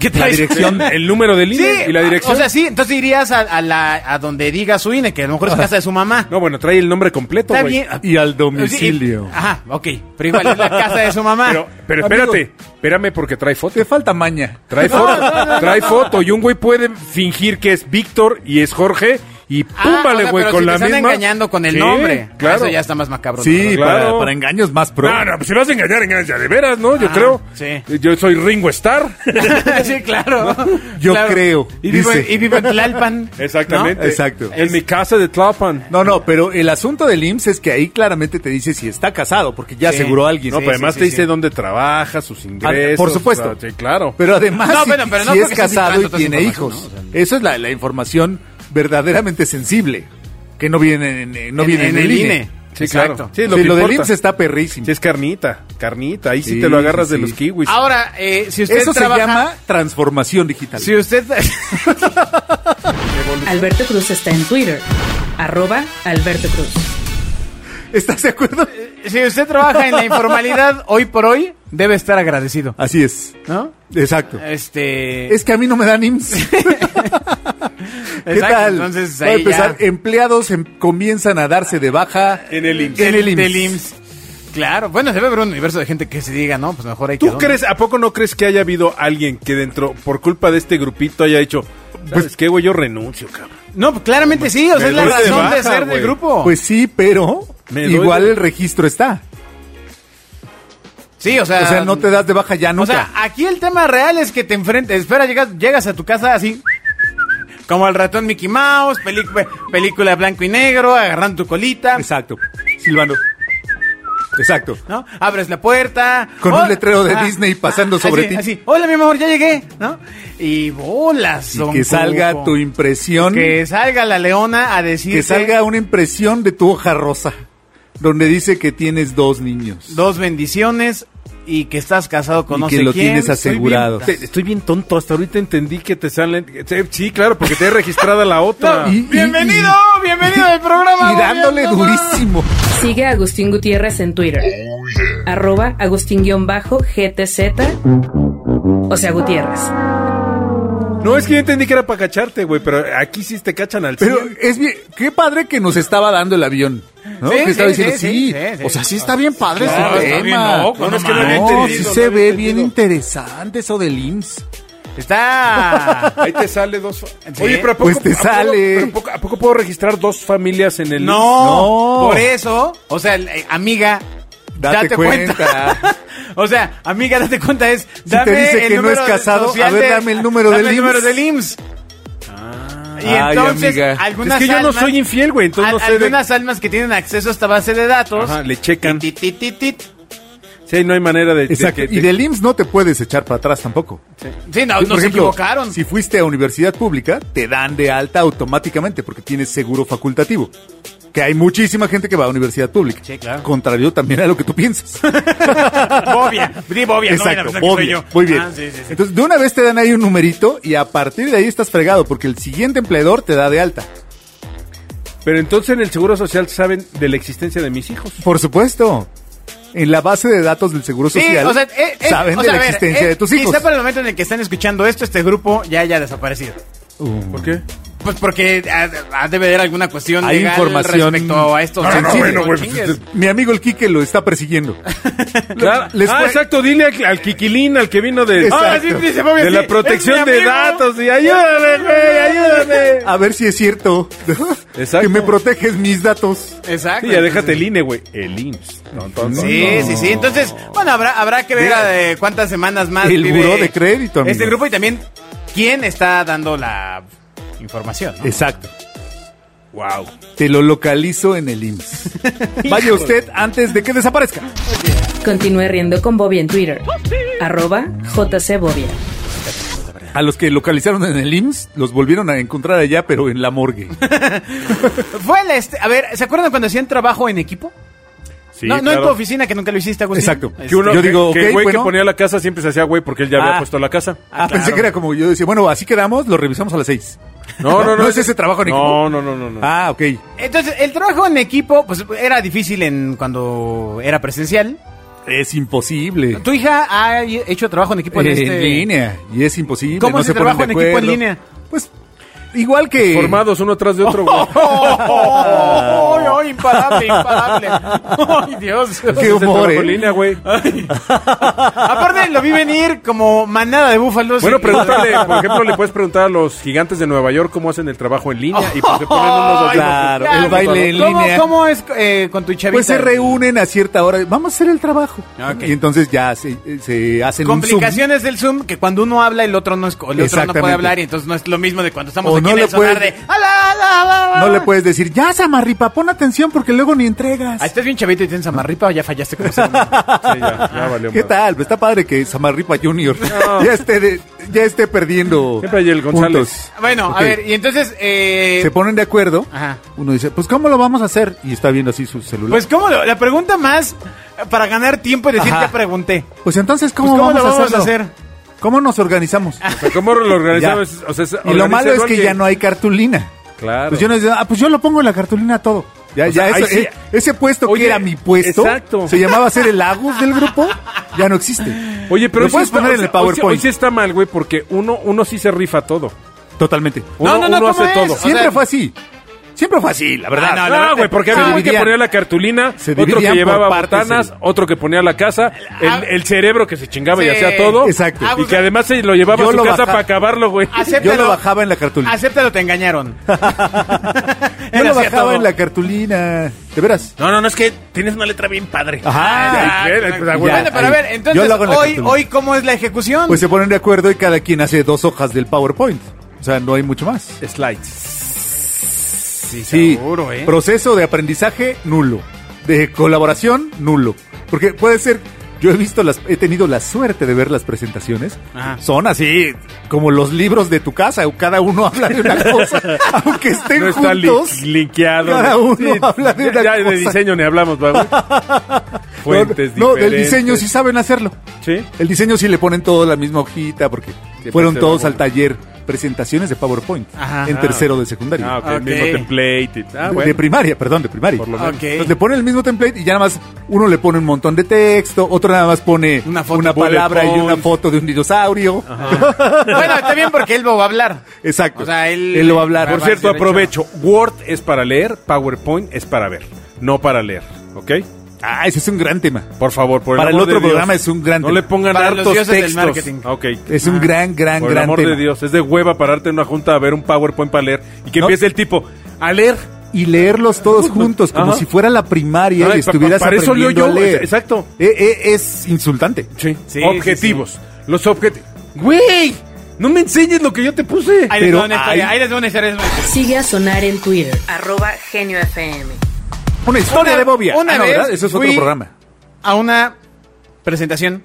[SPEAKER 2] ¿Qué traes?
[SPEAKER 4] El número del INE
[SPEAKER 2] Sí,
[SPEAKER 4] y la dirección.
[SPEAKER 2] O sea, sí, entonces irías a, a la, a donde diga su INE, que a lo
[SPEAKER 4] Ah.
[SPEAKER 2] mejor es casa de su mamá.
[SPEAKER 4] no, bueno, trae el nombre completo,
[SPEAKER 2] Está
[SPEAKER 4] güey.
[SPEAKER 2] bien.
[SPEAKER 3] Y al
[SPEAKER 2] Sí,
[SPEAKER 3] domicilio.
[SPEAKER 2] y- Ajá, ok. Pero igual es la casa de su mamá.
[SPEAKER 4] Pero, pero
[SPEAKER 3] Amigo.
[SPEAKER 4] espérate, espérame porque trae foto.
[SPEAKER 3] Te falta maña.
[SPEAKER 4] Trae foto, trae foto. Y un güey puede fingir que es Víctor y es Jorge y
[SPEAKER 2] Ah, o sea,
[SPEAKER 4] púmbale, güey,
[SPEAKER 2] pero
[SPEAKER 4] con
[SPEAKER 2] si
[SPEAKER 4] la
[SPEAKER 2] te
[SPEAKER 4] misma.
[SPEAKER 2] están engañando con el
[SPEAKER 4] Sí,
[SPEAKER 2] nombre. ah,
[SPEAKER 4] Claro.
[SPEAKER 2] Eso ya está más macabro.
[SPEAKER 3] Sí,
[SPEAKER 4] Claro.
[SPEAKER 3] para, para engaños más pro.
[SPEAKER 4] No, no, pues si lo vas a engañar, engañas ya de veras, ¿no? Yo
[SPEAKER 2] Ah,
[SPEAKER 4] creo.
[SPEAKER 2] sí.
[SPEAKER 4] Yo soy Ringo Starr.
[SPEAKER 2] sí, claro.
[SPEAKER 3] Yo
[SPEAKER 2] Claro.
[SPEAKER 3] creo,
[SPEAKER 2] Y vivo, en-
[SPEAKER 3] dice.
[SPEAKER 2] y vivo en Tlalpan.
[SPEAKER 4] Exactamente.
[SPEAKER 2] ¿no?
[SPEAKER 3] Exacto.
[SPEAKER 4] En mi casa de Tlapan.
[SPEAKER 3] No, no, pero el asunto del IMSS es que ahí claramente te dice si está casado, porque ya
[SPEAKER 2] Sí.
[SPEAKER 3] aseguró a alguien.
[SPEAKER 4] No,
[SPEAKER 2] Sí,
[SPEAKER 4] pero
[SPEAKER 2] sí,
[SPEAKER 4] además
[SPEAKER 2] sí,
[SPEAKER 4] te
[SPEAKER 2] sí.
[SPEAKER 4] dice dónde trabaja, sus ingresos.
[SPEAKER 3] Ah, por supuesto.
[SPEAKER 4] o sea, sí, claro.
[SPEAKER 3] Pero además,
[SPEAKER 2] No,
[SPEAKER 3] si,
[SPEAKER 2] bueno, pero no
[SPEAKER 3] si es
[SPEAKER 2] porque estés
[SPEAKER 3] casado y
[SPEAKER 2] filtrando
[SPEAKER 3] tiene
[SPEAKER 2] toda esa
[SPEAKER 3] hijos.
[SPEAKER 2] información,
[SPEAKER 3] Eso es la, la información verdaderamente sensible, que no viene en, en- no
[SPEAKER 2] En-
[SPEAKER 3] viene
[SPEAKER 2] en
[SPEAKER 3] en
[SPEAKER 2] el
[SPEAKER 3] el
[SPEAKER 2] INE.
[SPEAKER 3] INE.
[SPEAKER 4] Sí,
[SPEAKER 2] Exacto.
[SPEAKER 4] claro.
[SPEAKER 3] Sí,
[SPEAKER 4] Sí,
[SPEAKER 3] lo,
[SPEAKER 4] lo que
[SPEAKER 3] del
[SPEAKER 4] importa.
[SPEAKER 3] IMSS está perrísimo.
[SPEAKER 4] Sí, es carnita, carnita. Ahí sí,
[SPEAKER 3] Sí,
[SPEAKER 4] te lo agarras
[SPEAKER 3] sí,
[SPEAKER 4] de
[SPEAKER 3] sí.
[SPEAKER 4] los kiwis.
[SPEAKER 2] Ahora, eh, si usted
[SPEAKER 3] Eso
[SPEAKER 2] trabaja...
[SPEAKER 3] se llama transformación digital.
[SPEAKER 2] Si usted...
[SPEAKER 1] Alberto Cruz está en Twitter. Arroba Alberto Cruz.
[SPEAKER 3] ¿Estás de acuerdo?
[SPEAKER 2] Si usted trabaja en la informalidad hoy por hoy, debe estar agradecido,
[SPEAKER 3] Así es.
[SPEAKER 2] ¿no?
[SPEAKER 3] Exacto.
[SPEAKER 2] Este...
[SPEAKER 3] Es que a mí no me dan IMSS. ¿Qué
[SPEAKER 2] exacto,
[SPEAKER 3] tal?
[SPEAKER 2] Entonces
[SPEAKER 3] Va a
[SPEAKER 2] ahí
[SPEAKER 3] empezar,
[SPEAKER 2] ya...
[SPEAKER 3] empleados em- comienzan a darse de baja
[SPEAKER 4] En el IMSS.
[SPEAKER 3] En el IMSS.
[SPEAKER 2] del IMSS. Claro, bueno, debe haber un universo de gente que se diga, no, pues mejor hay que...
[SPEAKER 4] ¿Tú crees, a poco no crees que haya habido alguien que dentro, por culpa de este grupito, haya dicho, pues qué güey, yo renuncio, cabrón?
[SPEAKER 2] No, pues, claramente sí, o sea,
[SPEAKER 4] Me
[SPEAKER 2] es la
[SPEAKER 4] doy de
[SPEAKER 2] razón de
[SPEAKER 4] baja,
[SPEAKER 2] ser del
[SPEAKER 4] güey.
[SPEAKER 2] grupo.
[SPEAKER 3] Pues sí, pero
[SPEAKER 4] Me doy
[SPEAKER 3] igual
[SPEAKER 4] de-
[SPEAKER 3] el registro está.
[SPEAKER 2] sí, o sea...
[SPEAKER 3] O sea, no te das de baja ya
[SPEAKER 2] Ah, O
[SPEAKER 3] nunca.
[SPEAKER 2] sea, aquí el tema real es que te enfrentes. Espera, llegas, llegas a tu casa así. Como el ratón Mickey Mouse, pelic- pe- película blanco y negro, agarrando tu colita.
[SPEAKER 3] Exacto. Silvano. Exacto.
[SPEAKER 2] ¿No? Abres la puerta.
[SPEAKER 3] Con un
[SPEAKER 2] Hola- Ah,
[SPEAKER 3] letrero de Disney pasando sobre
[SPEAKER 2] así,
[SPEAKER 3] ti.
[SPEAKER 2] Así, hola mi amor, ya llegué, ¿no? Y bolas,
[SPEAKER 3] Y
[SPEAKER 2] don
[SPEAKER 3] que salga
[SPEAKER 2] Cuco.
[SPEAKER 3] tu impresión.
[SPEAKER 2] Que
[SPEAKER 3] Que,
[SPEAKER 2] salga la leona a decir.
[SPEAKER 3] salga una impresión de tu hoja rosa. Donde dice que tienes dos niños.
[SPEAKER 2] Dos bendiciones y que estás casado con
[SPEAKER 3] Y
[SPEAKER 2] no
[SPEAKER 3] que
[SPEAKER 2] sé
[SPEAKER 3] lo
[SPEAKER 2] quién.
[SPEAKER 3] tienes
[SPEAKER 2] Soy bien-
[SPEAKER 3] asegurado.
[SPEAKER 4] Te- estoy bien tonto, hasta ahorita entendí que te salen... Sí, claro, porque te he registrada la otra.
[SPEAKER 2] No,
[SPEAKER 3] Y-
[SPEAKER 2] bienvenido, bienvenido al programa.
[SPEAKER 3] Y dándole
[SPEAKER 2] volviendo, ¿no?
[SPEAKER 3] durísimo.
[SPEAKER 1] Sigue a Agustín Gutiérrez en Twitter. Arroba Agustín-GTZ. O sea, Gutiérrez.
[SPEAKER 4] No, es que yo entendí que era para cacharte, güey, pero aquí sí te cachan al
[SPEAKER 3] Pero
[SPEAKER 4] 100.
[SPEAKER 3] es bien, qué padre que nos estaba dando el avión. ¿no?
[SPEAKER 2] Sí,
[SPEAKER 3] que estaba
[SPEAKER 2] sí,
[SPEAKER 3] diciendo,
[SPEAKER 2] sí,
[SPEAKER 3] sí,
[SPEAKER 2] sí, sí,
[SPEAKER 3] O sea, sí está bien padre
[SPEAKER 4] Claro,
[SPEAKER 3] ese tema.
[SPEAKER 4] está bien, no, no, es que no había
[SPEAKER 3] no, sí
[SPEAKER 4] entendido, no
[SPEAKER 3] se
[SPEAKER 4] había
[SPEAKER 3] ve
[SPEAKER 4] entendido.
[SPEAKER 3] bien interesante eso del IMSS.
[SPEAKER 2] Está.
[SPEAKER 4] Ahí te sale dos... fa-
[SPEAKER 2] Sí.
[SPEAKER 4] Oye, pero ¿a poco,
[SPEAKER 3] Pues te
[SPEAKER 4] a poco-
[SPEAKER 3] sale.
[SPEAKER 4] pero ¿a poco, a poco puedo registrar dos familias en el...
[SPEAKER 2] No,
[SPEAKER 3] No.
[SPEAKER 2] por eso, o sea, el- eh, amiga, date,
[SPEAKER 3] Date
[SPEAKER 2] cuenta.
[SPEAKER 3] cuenta.
[SPEAKER 2] o sea, amiga, date cuenta es
[SPEAKER 3] te dice que no es casado,
[SPEAKER 2] social
[SPEAKER 3] a ver, dame el número
[SPEAKER 2] dame
[SPEAKER 3] del
[SPEAKER 2] el número
[SPEAKER 3] IMSS.
[SPEAKER 2] del IMSS. Y
[SPEAKER 3] Ay,
[SPEAKER 2] entonces,
[SPEAKER 3] amiga.
[SPEAKER 2] algunas
[SPEAKER 4] Es que yo no
[SPEAKER 2] almas,
[SPEAKER 4] soy infiel, güey, entonces
[SPEAKER 2] al-
[SPEAKER 4] no sé de-
[SPEAKER 2] algunas almas que tienen acceso a esta base de datos,
[SPEAKER 4] Ajá, le checan.
[SPEAKER 2] tit, tit, tit, tit.
[SPEAKER 4] Sí, no hay manera de... de
[SPEAKER 3] Exacto.
[SPEAKER 4] que te-
[SPEAKER 3] Y del IMSS no te puedes echar para atrás tampoco.
[SPEAKER 2] Sí, no,
[SPEAKER 3] Sí,
[SPEAKER 2] Ah, no
[SPEAKER 3] por
[SPEAKER 2] se
[SPEAKER 3] ejemplo,
[SPEAKER 2] equivocaron.
[SPEAKER 3] Si fuiste a universidad pública, te dan de alta automáticamente porque tienes seguro facultativo. Que hay muchísima gente que va a universidad pública.
[SPEAKER 2] Sí, claro.
[SPEAKER 3] Contrario también a lo que tú piensas.
[SPEAKER 2] Bobia, di Bobia, no voy a pensar que soy
[SPEAKER 3] obvio.
[SPEAKER 2] yo.
[SPEAKER 3] Muy bien.
[SPEAKER 2] Ah, sí, sí, sí.
[SPEAKER 3] Entonces, de una vez te dan ahí un numerito y a partir de ahí estás fregado porque el siguiente empleador te da de alta.
[SPEAKER 4] Pero entonces en el Seguro Social saben de la existencia de mis hijos.
[SPEAKER 3] Por supuesto. En la base de datos del Seguro
[SPEAKER 2] Sí,
[SPEAKER 3] Social
[SPEAKER 2] o sea, eh, eh,
[SPEAKER 3] saben
[SPEAKER 2] o sea, a
[SPEAKER 3] de la
[SPEAKER 2] ver,
[SPEAKER 3] existencia
[SPEAKER 2] eh,
[SPEAKER 3] de tus hijos.
[SPEAKER 2] Quizá para el momento en el que están escuchando esto, este grupo ya haya desaparecido.
[SPEAKER 3] Uh.
[SPEAKER 4] ¿Por qué?
[SPEAKER 2] Pues porque ah, ah, debe haber alguna cuestión
[SPEAKER 3] Hay
[SPEAKER 2] legal
[SPEAKER 3] información-
[SPEAKER 2] respecto a esto.
[SPEAKER 3] No, no,
[SPEAKER 2] Sí,
[SPEAKER 3] no,
[SPEAKER 2] sí,
[SPEAKER 3] bueno,
[SPEAKER 2] no
[SPEAKER 4] güey,
[SPEAKER 2] chingues.
[SPEAKER 4] pues,
[SPEAKER 3] Mi amigo el Quique lo está persiguiendo. Les
[SPEAKER 4] ah,
[SPEAKER 3] fue-
[SPEAKER 4] exacto, dile al, al Kikilín, al que vino de,
[SPEAKER 3] Exacto.
[SPEAKER 4] Ah, sí, dice, mami,
[SPEAKER 2] De
[SPEAKER 4] sí,
[SPEAKER 2] la
[SPEAKER 4] es protección
[SPEAKER 2] mi
[SPEAKER 4] de
[SPEAKER 2] amigo.
[SPEAKER 4] datos. Y ayúdame, güey, ayúdame.
[SPEAKER 3] A ver si es cierto.
[SPEAKER 4] Exacto.
[SPEAKER 3] Que me proteges mis datos.
[SPEAKER 2] Exacto.
[SPEAKER 4] Sí, ya déjate el INE, güey. El IMSS. No, entonces,
[SPEAKER 2] Sí,
[SPEAKER 4] no.
[SPEAKER 2] sí, sí. Entonces, bueno, habrá, habrá que ver
[SPEAKER 3] Mira,
[SPEAKER 2] eh, cuántas semanas más
[SPEAKER 3] el
[SPEAKER 2] vive
[SPEAKER 3] buró de crédito, amigo.
[SPEAKER 2] Este grupo y también quién está dando la información. ¿no?
[SPEAKER 3] Exacto.
[SPEAKER 4] Wow.
[SPEAKER 3] Te lo localizo en el IMSS. Vaya usted antes de que desaparezca.
[SPEAKER 1] Continúe riendo con Bobby en Twitter. Arroba JC Bobia.
[SPEAKER 3] A los que localizaron en el IMSS, los volvieron a encontrar allá, pero en la morgue.
[SPEAKER 2] Fue el este. A ver, ¿se acuerdan cuando hacían trabajo en equipo?
[SPEAKER 4] Sí,
[SPEAKER 2] no, no en
[SPEAKER 4] claro.
[SPEAKER 2] tu oficina que nunca lo hiciste, Agustín.
[SPEAKER 3] Exacto.
[SPEAKER 2] Este,
[SPEAKER 4] Que uno,
[SPEAKER 3] Yo
[SPEAKER 4] yo
[SPEAKER 3] digo,
[SPEAKER 4] digo,
[SPEAKER 3] ok,
[SPEAKER 4] el güey
[SPEAKER 3] bueno.
[SPEAKER 4] que ponía la casa siempre se hacía güey porque él ya
[SPEAKER 2] Ah.
[SPEAKER 4] había puesto la casa.
[SPEAKER 3] Ah, pensé
[SPEAKER 2] claro.
[SPEAKER 3] que era como yo decía, bueno, así quedamos, lo revisamos a las seis.
[SPEAKER 4] No, no, no.
[SPEAKER 3] ¿No es ese trabajo en equipo?
[SPEAKER 4] No, no, no, no. no.
[SPEAKER 3] Ah, ok.
[SPEAKER 2] Entonces, el trabajo en equipo, pues era difícil en cuando era presencial.
[SPEAKER 3] Es imposible.
[SPEAKER 2] ¿Tu hija ha hecho trabajo en equipo en,
[SPEAKER 3] Eh, en
[SPEAKER 2] este?
[SPEAKER 3] línea. Y es imposible.
[SPEAKER 2] ¿Cómo
[SPEAKER 3] no
[SPEAKER 2] es el
[SPEAKER 3] se ponen
[SPEAKER 2] trabajo
[SPEAKER 3] de
[SPEAKER 2] en equipo en
[SPEAKER 3] acuerdo.
[SPEAKER 2] línea?
[SPEAKER 3] Pues igual que.
[SPEAKER 4] Formados uno tras de otro, güey.
[SPEAKER 2] ¡Oh! ¡Ay, ay, imparable, imparable! ¡Ay, Dios!
[SPEAKER 3] Qué
[SPEAKER 4] Ese
[SPEAKER 3] humor,
[SPEAKER 4] trabajo
[SPEAKER 3] ¿eh?
[SPEAKER 4] en línea, güey.
[SPEAKER 2] Aparte, lo vi venir como manada de búfalos.
[SPEAKER 4] Bueno, pregúntale, por ejemplo, le puedes preguntar a los gigantes de Nueva York cómo hacen el trabajo en línea y pues se ponen
[SPEAKER 2] Ay,
[SPEAKER 4] unos
[SPEAKER 3] Claro,
[SPEAKER 2] ya,
[SPEAKER 3] el baile en
[SPEAKER 2] ¿cómo-
[SPEAKER 3] línea.
[SPEAKER 2] ¿Cómo es eh, con tu chavita?
[SPEAKER 3] Pues se reúnen a cierta hora. Vamos a hacer el trabajo.
[SPEAKER 2] Ok.
[SPEAKER 3] Y entonces ya se, eh, se hacen un Zoom.
[SPEAKER 2] Complicaciones del Zoom que cuando uno habla el otro no es, el otro no puede
[SPEAKER 3] Exactamente.
[SPEAKER 2] hablar y entonces no es lo mismo de cuando estamos
[SPEAKER 3] O
[SPEAKER 2] aquí
[SPEAKER 3] no
[SPEAKER 2] en
[SPEAKER 3] le
[SPEAKER 2] el sonar
[SPEAKER 3] puedes-
[SPEAKER 2] de "Ala, ala, ala, ala".
[SPEAKER 3] No le puedes decir, ya, Samarripa, pon atención porque luego ni entregas.
[SPEAKER 2] Ah, ¿Estás bien chavito y tienes amarripa o ya fallaste como ser humano?
[SPEAKER 4] Sí, ya, ya valió.
[SPEAKER 3] ¿Qué
[SPEAKER 4] madre.
[SPEAKER 3] tal? Pues está padre que Samarripa Junior ya, esté de- ya esté perdiendo.
[SPEAKER 4] Siempre hay el González.
[SPEAKER 3] puntos.
[SPEAKER 2] Bueno,
[SPEAKER 3] Ok.
[SPEAKER 2] a ver, y entonces eh,
[SPEAKER 3] Se ponen de acuerdo.
[SPEAKER 2] Ajá.
[SPEAKER 3] Uno dice, pues ¿cómo lo vamos a hacer? Y está viendo así su celular.
[SPEAKER 2] pues cómo lo- la pregunta más eh, para ganar tiempo y decir
[SPEAKER 3] Ajá.
[SPEAKER 2] ya pregunté.
[SPEAKER 3] Pues entonces, ¿cómo,
[SPEAKER 2] Pues, ¿cómo
[SPEAKER 3] vamos,
[SPEAKER 2] lo
[SPEAKER 3] a,
[SPEAKER 2] vamos a
[SPEAKER 3] hacerlo?
[SPEAKER 2] hacer?
[SPEAKER 3] ¿Cómo nos organizamos?
[SPEAKER 4] O sea, ¿cómo lo organizamos?
[SPEAKER 3] Ya.
[SPEAKER 4] O sea, se
[SPEAKER 3] y lo
[SPEAKER 4] organiza
[SPEAKER 3] malo es que
[SPEAKER 4] alguien.
[SPEAKER 3] ya no hay cartulina.
[SPEAKER 4] Claro.
[SPEAKER 3] Pues yo no decía, ah, pues yo lo pongo en la cartulina todo. Ya,
[SPEAKER 4] O
[SPEAKER 3] ya,
[SPEAKER 4] sea,
[SPEAKER 3] eso-
[SPEAKER 4] ahí sí-
[SPEAKER 3] eh, ese puesto
[SPEAKER 4] Oye,
[SPEAKER 3] que era mi puesto,
[SPEAKER 4] exacto.
[SPEAKER 3] se llamaba ser el Agus del grupo, ya no existe.
[SPEAKER 4] Oye, pero
[SPEAKER 3] Lo
[SPEAKER 4] hoy sí
[SPEAKER 3] puedes
[SPEAKER 4] está-
[SPEAKER 3] poner
[SPEAKER 4] hoy
[SPEAKER 3] en el
[SPEAKER 4] sí- hoy sí- Hoy,
[SPEAKER 3] PowerPoint.
[SPEAKER 4] sí está mal, güey, porque uno, uno sí se rifa todo.
[SPEAKER 3] Totalmente.
[SPEAKER 4] Uno,
[SPEAKER 2] No, no, no,
[SPEAKER 4] uno
[SPEAKER 2] ¿cómo
[SPEAKER 4] hace
[SPEAKER 2] es?
[SPEAKER 4] todo.
[SPEAKER 2] O sea,
[SPEAKER 3] Siempre fue así. Siempre fue así, la verdad.
[SPEAKER 2] Ah, no, la
[SPEAKER 4] No,
[SPEAKER 2] verdad,
[SPEAKER 4] güey, porque había
[SPEAKER 3] se
[SPEAKER 4] uno que
[SPEAKER 3] dividían.
[SPEAKER 4] ponía la cartulina,
[SPEAKER 3] Se
[SPEAKER 4] otro
[SPEAKER 3] dividían
[SPEAKER 4] que
[SPEAKER 3] por
[SPEAKER 4] llevaba
[SPEAKER 3] partes
[SPEAKER 4] botanas,
[SPEAKER 3] el-
[SPEAKER 4] otro que ponía la casa, el, el cerebro que se chingaba y
[SPEAKER 2] Ah. Sí. Ah, pues,
[SPEAKER 4] hacía todo.
[SPEAKER 3] Exacto.
[SPEAKER 4] Y que además se lo llevaba
[SPEAKER 3] Yo
[SPEAKER 4] a su
[SPEAKER 3] lo
[SPEAKER 4] casa
[SPEAKER 3] bajaba.
[SPEAKER 4] para acabarlo, güey.
[SPEAKER 2] Acéptalo.
[SPEAKER 3] Yo lo bajaba en la cartulina.
[SPEAKER 2] Acéptalo, te engañaron.
[SPEAKER 3] Yo
[SPEAKER 2] Él
[SPEAKER 3] lo
[SPEAKER 2] hacía
[SPEAKER 3] bajaba
[SPEAKER 2] todo.
[SPEAKER 3] en la cartulina. De veras.
[SPEAKER 4] No, no, no, es que tienes una letra bien padre.
[SPEAKER 3] Ajá.
[SPEAKER 2] Ah,
[SPEAKER 4] Ay,
[SPEAKER 2] claro.
[SPEAKER 4] pues, ah,
[SPEAKER 3] güey.
[SPEAKER 2] bueno, pero a ver,
[SPEAKER 3] Ahí. Yo
[SPEAKER 2] entonces
[SPEAKER 3] lo hago en la
[SPEAKER 2] hoy,
[SPEAKER 3] cartulina.
[SPEAKER 2] hoy cómo es la ejecución.
[SPEAKER 3] Pues se ponen de acuerdo y cada quien hace dos hojas del PowerPoint. O sea, no hay mucho más.
[SPEAKER 4] Slides.
[SPEAKER 2] sí,
[SPEAKER 3] Sí.
[SPEAKER 2] seguro, ¿eh?
[SPEAKER 3] Proceso de aprendizaje nulo. De colaboración nulo. Porque puede ser, yo he visto las, he tenido la suerte de ver las presentaciones.
[SPEAKER 2] Ajá.
[SPEAKER 3] Son así como los libros de tu casa. Cada uno habla de una cosa, aunque estén
[SPEAKER 4] No está li-
[SPEAKER 3] juntos.
[SPEAKER 4] linkeado.
[SPEAKER 3] cada uno habla de
[SPEAKER 4] ya-
[SPEAKER 3] una
[SPEAKER 4] ya
[SPEAKER 3] cosa.
[SPEAKER 4] de diseño ni hablamos, va, güey. Fuentes
[SPEAKER 3] no, no, del
[SPEAKER 4] diferentes.
[SPEAKER 3] diseño sí saben hacerlo.
[SPEAKER 4] Sí.
[SPEAKER 3] El diseño sí le ponen todo la misma hojita porque
[SPEAKER 4] Siempre
[SPEAKER 3] fueron
[SPEAKER 4] se
[SPEAKER 3] todos
[SPEAKER 4] va
[SPEAKER 3] al taller presentaciones de PowerPoint
[SPEAKER 2] Ajá.
[SPEAKER 3] en
[SPEAKER 4] Ah,
[SPEAKER 3] tercero de secundaria.
[SPEAKER 4] Ah, ok,
[SPEAKER 2] Ok.
[SPEAKER 4] el mismo template. y- Ah,
[SPEAKER 3] De-
[SPEAKER 4] bueno.
[SPEAKER 3] De primaria, perdón, de primaria.
[SPEAKER 4] Por lo menos.
[SPEAKER 2] Ok.
[SPEAKER 3] Entonces le ponen el mismo template y ya nada más uno le pone un montón de texto, otro nada más pone
[SPEAKER 2] Una foto, bullet
[SPEAKER 3] palabra y una
[SPEAKER 4] point.
[SPEAKER 3] foto de un dinosaurio.
[SPEAKER 2] bueno,
[SPEAKER 3] pues,
[SPEAKER 2] está bien porque él no va a hablar.
[SPEAKER 3] Exacto.
[SPEAKER 2] O sea, él-
[SPEAKER 3] lo va a hablar.
[SPEAKER 2] Por
[SPEAKER 4] Por
[SPEAKER 2] Avance
[SPEAKER 4] cierto,
[SPEAKER 2] derecho.
[SPEAKER 4] aprovecho. Word es para leer, PowerPoint es para ver, no para leer, ¿ok?
[SPEAKER 3] Ah, ese es un gran tema.
[SPEAKER 4] Por favor, por
[SPEAKER 3] Para el
[SPEAKER 4] amor
[SPEAKER 3] otro
[SPEAKER 4] de Dios.
[SPEAKER 3] programa es un gran
[SPEAKER 4] No
[SPEAKER 3] tema.
[SPEAKER 4] le pongan
[SPEAKER 2] Para los
[SPEAKER 4] hartos
[SPEAKER 2] dioses del
[SPEAKER 4] textos.
[SPEAKER 2] marketing.
[SPEAKER 4] Ok.
[SPEAKER 3] Es
[SPEAKER 2] Ah,
[SPEAKER 3] un gran, gran,
[SPEAKER 4] por el
[SPEAKER 3] gran
[SPEAKER 4] amor
[SPEAKER 3] tema.
[SPEAKER 4] de Dios, es de hueva pararte en una junta a ver un PowerPoint para leer y que
[SPEAKER 3] No.
[SPEAKER 4] empiece el tipo a leer.
[SPEAKER 3] Y leerlos todos juntos, como
[SPEAKER 4] Ajá.
[SPEAKER 3] si fuera la primaria
[SPEAKER 4] Ay,
[SPEAKER 3] y
[SPEAKER 4] pa-
[SPEAKER 3] estuvieras
[SPEAKER 4] pa- para eso leo
[SPEAKER 3] aprendiendo a
[SPEAKER 4] yo,
[SPEAKER 3] leer.
[SPEAKER 4] es- exacto.
[SPEAKER 3] Eh, eh, es insultante.
[SPEAKER 4] Sí.
[SPEAKER 2] Sí,
[SPEAKER 4] objetivos. Los objetivos. Güey, no me enseñes lo que yo te puse.
[SPEAKER 2] Ahí les
[SPEAKER 3] Pero
[SPEAKER 2] va una historia,
[SPEAKER 3] hay-
[SPEAKER 2] ahí les va una historia. es muy-
[SPEAKER 1] Sigue a sonar en Twitter, arroba Genio FM.
[SPEAKER 3] Una historia
[SPEAKER 2] Una-
[SPEAKER 3] de Bobia.
[SPEAKER 2] una
[SPEAKER 3] Ah, no,
[SPEAKER 2] vez
[SPEAKER 3] ¿verdad? Eso es otro
[SPEAKER 2] fui-
[SPEAKER 3] programa.
[SPEAKER 2] A una presentación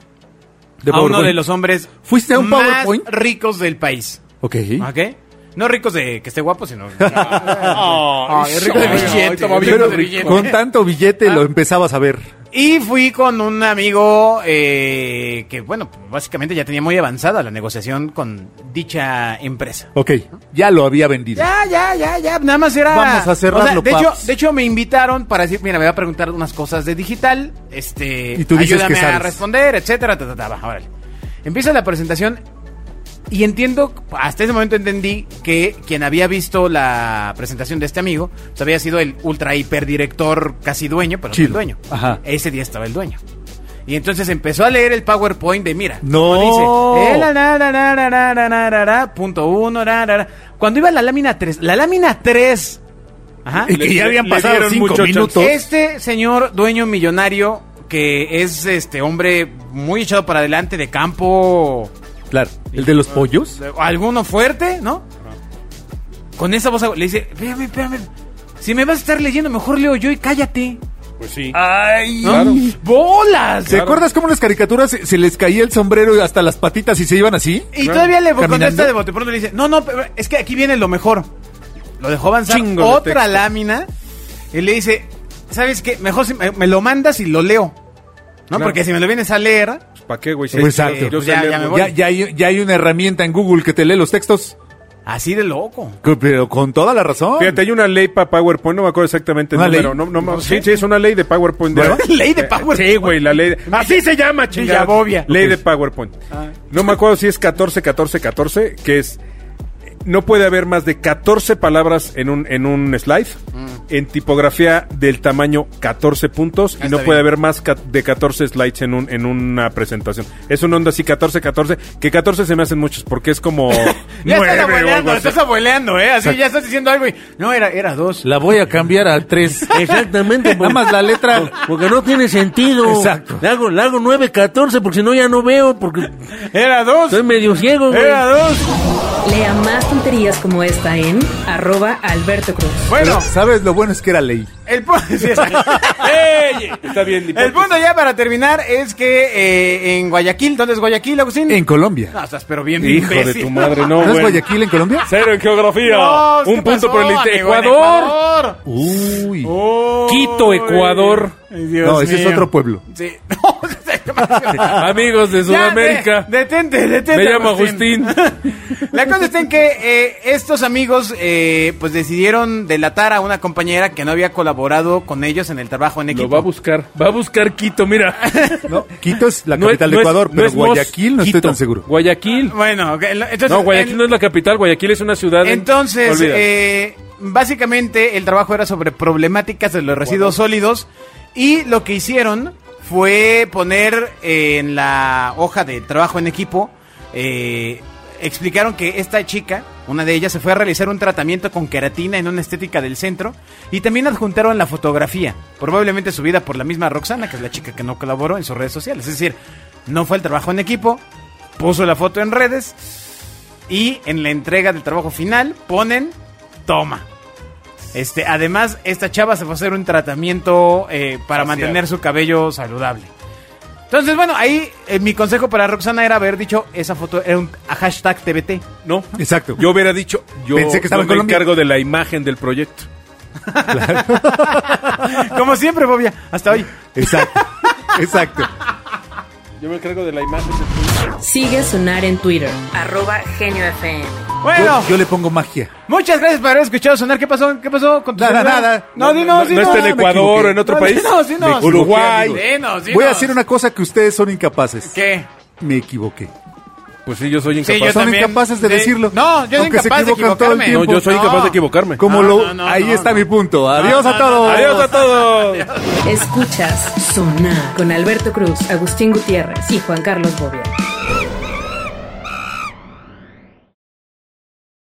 [SPEAKER 3] De
[SPEAKER 2] a uno
[SPEAKER 3] PowerPoint.
[SPEAKER 2] de los hombres
[SPEAKER 3] ¿Fuiste a un
[SPEAKER 2] más
[SPEAKER 3] PowerPoint?
[SPEAKER 2] ricos del país.
[SPEAKER 3] Ok.
[SPEAKER 2] ¿Ok? No ricos de que esté guapo, sino...
[SPEAKER 4] Ay,
[SPEAKER 2] rico de
[SPEAKER 4] ay,
[SPEAKER 2] billete.
[SPEAKER 4] ahorita
[SPEAKER 2] Pero
[SPEAKER 4] va
[SPEAKER 3] Oh,
[SPEAKER 4] bien
[SPEAKER 3] Pero
[SPEAKER 4] de
[SPEAKER 2] billete. Ah.
[SPEAKER 4] billete.
[SPEAKER 3] con tanto billete lo empezabas a ver.
[SPEAKER 2] Y fui con un amigo eh, que, bueno, básicamente ya tenía muy avanzada la negociación con dicha empresa.
[SPEAKER 3] Ok, ya lo había vendido.
[SPEAKER 2] Ya, ya, ya, ya, nada más era...
[SPEAKER 3] Vamos a cerrarlo,
[SPEAKER 2] de, hecho,
[SPEAKER 3] paps.
[SPEAKER 2] de hecho, me invitaron para decir, mira, me va a preguntar unas cosas de digital, este...
[SPEAKER 3] Y tú dices
[SPEAKER 2] ayúdame
[SPEAKER 3] que
[SPEAKER 2] a
[SPEAKER 3] sabes.
[SPEAKER 2] responder, etcétera, ta, ta, ta, va, órale. Empieza la presentación y entiendo, hasta ese momento entendí que quien había visto la presentación de este amigo, pues había sido el ultra hiperdirector casi dueño, pero no
[SPEAKER 3] Chido.
[SPEAKER 2] el dueño.
[SPEAKER 3] Ajá.
[SPEAKER 2] Ese día estaba el dueño. Y entonces empezó a leer el PowerPoint de mira.
[SPEAKER 3] No.
[SPEAKER 2] como Dice, eh, la, la, la, la, la, la, la, la, la, la, punto uno, la, la, la. Cuando iba la lámina 3, la lámina 3. Ajá.
[SPEAKER 3] Y que
[SPEAKER 4] Le-
[SPEAKER 3] ya habían
[SPEAKER 4] le
[SPEAKER 3] pasado
[SPEAKER 4] dieron
[SPEAKER 3] cinco
[SPEAKER 4] mucho
[SPEAKER 3] minutos.
[SPEAKER 4] chance.
[SPEAKER 2] Este señor dueño millonario, que es este hombre muy echado para adelante de campo,
[SPEAKER 3] Claro, el de los pollos.
[SPEAKER 2] alguno fuerte, ¿no? Con esa voz le dice, espérame, espérame. Si me vas a estar leyendo, mejor leo yo y cállate.
[SPEAKER 4] Pues sí.
[SPEAKER 3] ¡Ay!
[SPEAKER 4] Claro.
[SPEAKER 2] ¡Bolas!
[SPEAKER 3] ¿Te acuerdas cómo en las caricaturas se, se les caía el sombrero y hasta las patitas y se iban así?
[SPEAKER 2] Y todavía le
[SPEAKER 3] ¿Caminando?
[SPEAKER 2] contesta de bote pronto le dice, no, no, pero es que aquí viene lo mejor. Lo dejó avanzar
[SPEAKER 4] Chingo de
[SPEAKER 2] otra
[SPEAKER 4] texto.
[SPEAKER 2] lámina y le dice, ¿sabes qué? Mejor si me, me lo mandas y lo leo. ¿No?
[SPEAKER 4] Claro.
[SPEAKER 2] Porque si me lo vienes a leer,
[SPEAKER 4] ¿Para qué, güey? Si
[SPEAKER 3] Pues
[SPEAKER 4] hay-
[SPEAKER 3] exacto.
[SPEAKER 4] Yo sé
[SPEAKER 2] Ya-
[SPEAKER 4] leer
[SPEAKER 2] ya me
[SPEAKER 4] muy
[SPEAKER 2] voy.
[SPEAKER 3] Ya, ya, hay, ya hay una herramienta en Google que te lee los textos.
[SPEAKER 2] así de loco.
[SPEAKER 3] Co- Pero con toda la razón.
[SPEAKER 4] Fíjate, hay una ley para PowerPoint, no me acuerdo exactamente el
[SPEAKER 3] ¿Una
[SPEAKER 4] número.
[SPEAKER 3] ley?
[SPEAKER 4] No, no, me- sí, sí, es una ley de PowerPoint. Eh,
[SPEAKER 3] ¿Verdad?
[SPEAKER 2] Ley de PowerPoint. Ah,
[SPEAKER 4] Sí, güey, la ley. de- Así se llama, chingada.
[SPEAKER 2] Villabobia.
[SPEAKER 4] Ley
[SPEAKER 2] Ok. Ah.
[SPEAKER 4] de PowerPoint. No me acuerdo si es 14, 14, 14, que es. No puede haber más de 14 palabras en un, en un slide,
[SPEAKER 2] Mm.
[SPEAKER 4] en tipografía del tamaño 14 puntos,
[SPEAKER 2] Ah,
[SPEAKER 4] y no
[SPEAKER 2] está
[SPEAKER 4] puede
[SPEAKER 2] bien.
[SPEAKER 4] haber más ca- de 14 slides en, un, en una presentación. Es una onda así 14, 14, que 14 se me hacen muchos, porque es como...
[SPEAKER 2] Ya
[SPEAKER 4] nueve
[SPEAKER 2] estás
[SPEAKER 4] o algo
[SPEAKER 2] abueleando,
[SPEAKER 4] así.
[SPEAKER 2] estás abueleando, ¿eh? Así ya estás diciendo algo y... No, era, era dos.
[SPEAKER 3] La voy a cambiar al 3.
[SPEAKER 5] Exactamente.
[SPEAKER 3] Nada
[SPEAKER 5] por-
[SPEAKER 3] más la
[SPEAKER 5] por-
[SPEAKER 3] letra.
[SPEAKER 5] Porque no tiene sentido.
[SPEAKER 3] Exacto.
[SPEAKER 5] Le hago, le hago 9, 14, porque si no ya no veo, porque
[SPEAKER 2] Era dos.
[SPEAKER 5] soy medio ciego, güey.
[SPEAKER 2] Era dos.
[SPEAKER 1] Lea más tonterías como esta en arroba Alberto Cruz.
[SPEAKER 2] Bueno,
[SPEAKER 3] ¿Sabes? Lo bueno es que era ley.
[SPEAKER 2] el punto...
[SPEAKER 4] Está bien,
[SPEAKER 2] El punto ya para terminar es que eh, en Guayaquil, ¿dónde es Guayaquil, Agustín?
[SPEAKER 3] En Colombia.
[SPEAKER 2] No, estás pero bien
[SPEAKER 4] Hijo de
[SPEAKER 2] imbécil.
[SPEAKER 4] tu madre, no,
[SPEAKER 3] ¿No es
[SPEAKER 4] güey.
[SPEAKER 3] Guayaquil en Colombia?
[SPEAKER 4] Cero en geografía.
[SPEAKER 2] Dios,
[SPEAKER 4] Un
[SPEAKER 2] ¿qué
[SPEAKER 4] punto por el
[SPEAKER 2] pasó,
[SPEAKER 4] inter-
[SPEAKER 2] amigo, en
[SPEAKER 4] Ecuador.
[SPEAKER 3] Uy. Oh,
[SPEAKER 2] Uy.
[SPEAKER 5] Quito, Ecuador.
[SPEAKER 2] Ay, Dios
[SPEAKER 3] No, ese es
[SPEAKER 2] mío.
[SPEAKER 3] otro pueblo.
[SPEAKER 2] Sí. No,
[SPEAKER 5] Amigos de
[SPEAKER 2] Ya,
[SPEAKER 5] Sudamérica.
[SPEAKER 2] de- detente, detente.
[SPEAKER 5] Me llamo
[SPEAKER 2] La cosa está en que eh, estos amigos eh, pues decidieron delatar a una compañera que no había colaborado con ellos en el trabajo en
[SPEAKER 5] Lo
[SPEAKER 2] equipo.
[SPEAKER 5] va a buscar. Va a buscar Quito, mira.
[SPEAKER 3] No, Quito es la
[SPEAKER 5] No es-
[SPEAKER 3] capital de
[SPEAKER 5] no es-
[SPEAKER 3] Ecuador,
[SPEAKER 5] no
[SPEAKER 3] pero
[SPEAKER 5] es Mos-
[SPEAKER 3] Guayaquil no estoy
[SPEAKER 5] Quito.
[SPEAKER 3] tan seguro.
[SPEAKER 5] Guayaquil.
[SPEAKER 2] Bueno, ok, lo- entonces...
[SPEAKER 5] No, Guayaquil
[SPEAKER 2] en-
[SPEAKER 5] no es la capital, Guayaquil es una ciudad. en-
[SPEAKER 2] Entonces,
[SPEAKER 5] Olvida.
[SPEAKER 2] eh, básicamente el trabajo era sobre problemáticas de los residuos sólidos y lo que hicieron fue poner eh, en la hoja de trabajo en equipo, eh, explicaron que esta chica, una de ellas, se fue a realizar un tratamiento con queratina en una estética del centro y también adjuntaron la fotografía, probablemente subida por la misma Roxana, que es la chica que no colaboró en sus redes sociales. Es decir, no fue el trabajo en equipo, puso la foto en redes, y en la entrega del trabajo final ponen toma. Este, además, esta chava se va a hacer un tratamiento eh, para mantener su cabello saludable. Entonces, bueno, ahí eh, mi consejo para Roxana era haber dicho esa foto era un a hashtag TBT.
[SPEAKER 4] No.
[SPEAKER 3] Exacto.
[SPEAKER 4] Yo hubiera dicho, yo
[SPEAKER 3] Pensé que estaba
[SPEAKER 4] no
[SPEAKER 3] en
[SPEAKER 4] me
[SPEAKER 3] Colombia.
[SPEAKER 4] encargo de la imagen del proyecto.
[SPEAKER 2] Como siempre, Bobia, hasta hoy.
[SPEAKER 3] Exacto. Exacto.
[SPEAKER 4] Yo me encargo de la imagen del
[SPEAKER 1] Sigue Sonar en Twitter, arroba Genio FM.
[SPEAKER 2] Bueno,
[SPEAKER 3] Yo, yo le pongo magia.
[SPEAKER 2] muchas gracias por haber escuchado sonar. ¿Qué pasó? ¿Qué pasó con tu
[SPEAKER 3] Nada,
[SPEAKER 2] celular?
[SPEAKER 3] nada.
[SPEAKER 2] No,
[SPEAKER 3] No,
[SPEAKER 2] dinos,
[SPEAKER 4] no, no
[SPEAKER 2] dinos.
[SPEAKER 4] está en
[SPEAKER 2] Me
[SPEAKER 4] Ecuador,
[SPEAKER 2] equivoqué.
[SPEAKER 4] en otro
[SPEAKER 2] No,
[SPEAKER 4] país.
[SPEAKER 2] Dinos, dinos.
[SPEAKER 3] Me equivoqué,
[SPEAKER 4] Uruguay.
[SPEAKER 3] amigos.
[SPEAKER 2] Dinos, dinos.
[SPEAKER 3] Voy a decir una cosa que ustedes son incapaces.
[SPEAKER 2] ¿Qué?
[SPEAKER 3] Me equivoqué.
[SPEAKER 4] Pues sí, yo soy
[SPEAKER 2] Sí,
[SPEAKER 4] incapaz.
[SPEAKER 2] yo
[SPEAKER 3] son
[SPEAKER 2] también.
[SPEAKER 3] incapaces de
[SPEAKER 2] Sí.
[SPEAKER 3] decirlo.
[SPEAKER 2] No, yo soy
[SPEAKER 3] Aunque se
[SPEAKER 2] incapaz de
[SPEAKER 3] equivocan todo el
[SPEAKER 2] equivocarme.
[SPEAKER 3] tiempo.
[SPEAKER 4] no, yo soy
[SPEAKER 2] No.
[SPEAKER 4] incapaz de equivocarme.
[SPEAKER 3] Como
[SPEAKER 2] No,
[SPEAKER 3] lo
[SPEAKER 2] Ah, no, no,
[SPEAKER 3] ahí
[SPEAKER 2] no,
[SPEAKER 3] está
[SPEAKER 2] no.
[SPEAKER 3] mi punto. Adiós
[SPEAKER 2] No,
[SPEAKER 3] a
[SPEAKER 2] no, no,
[SPEAKER 3] todos.
[SPEAKER 4] Adiós a todos.
[SPEAKER 1] Escuchas Sonar con Alberto Cruz, Agustín Gutiérrez y Juan Carlos Bobia.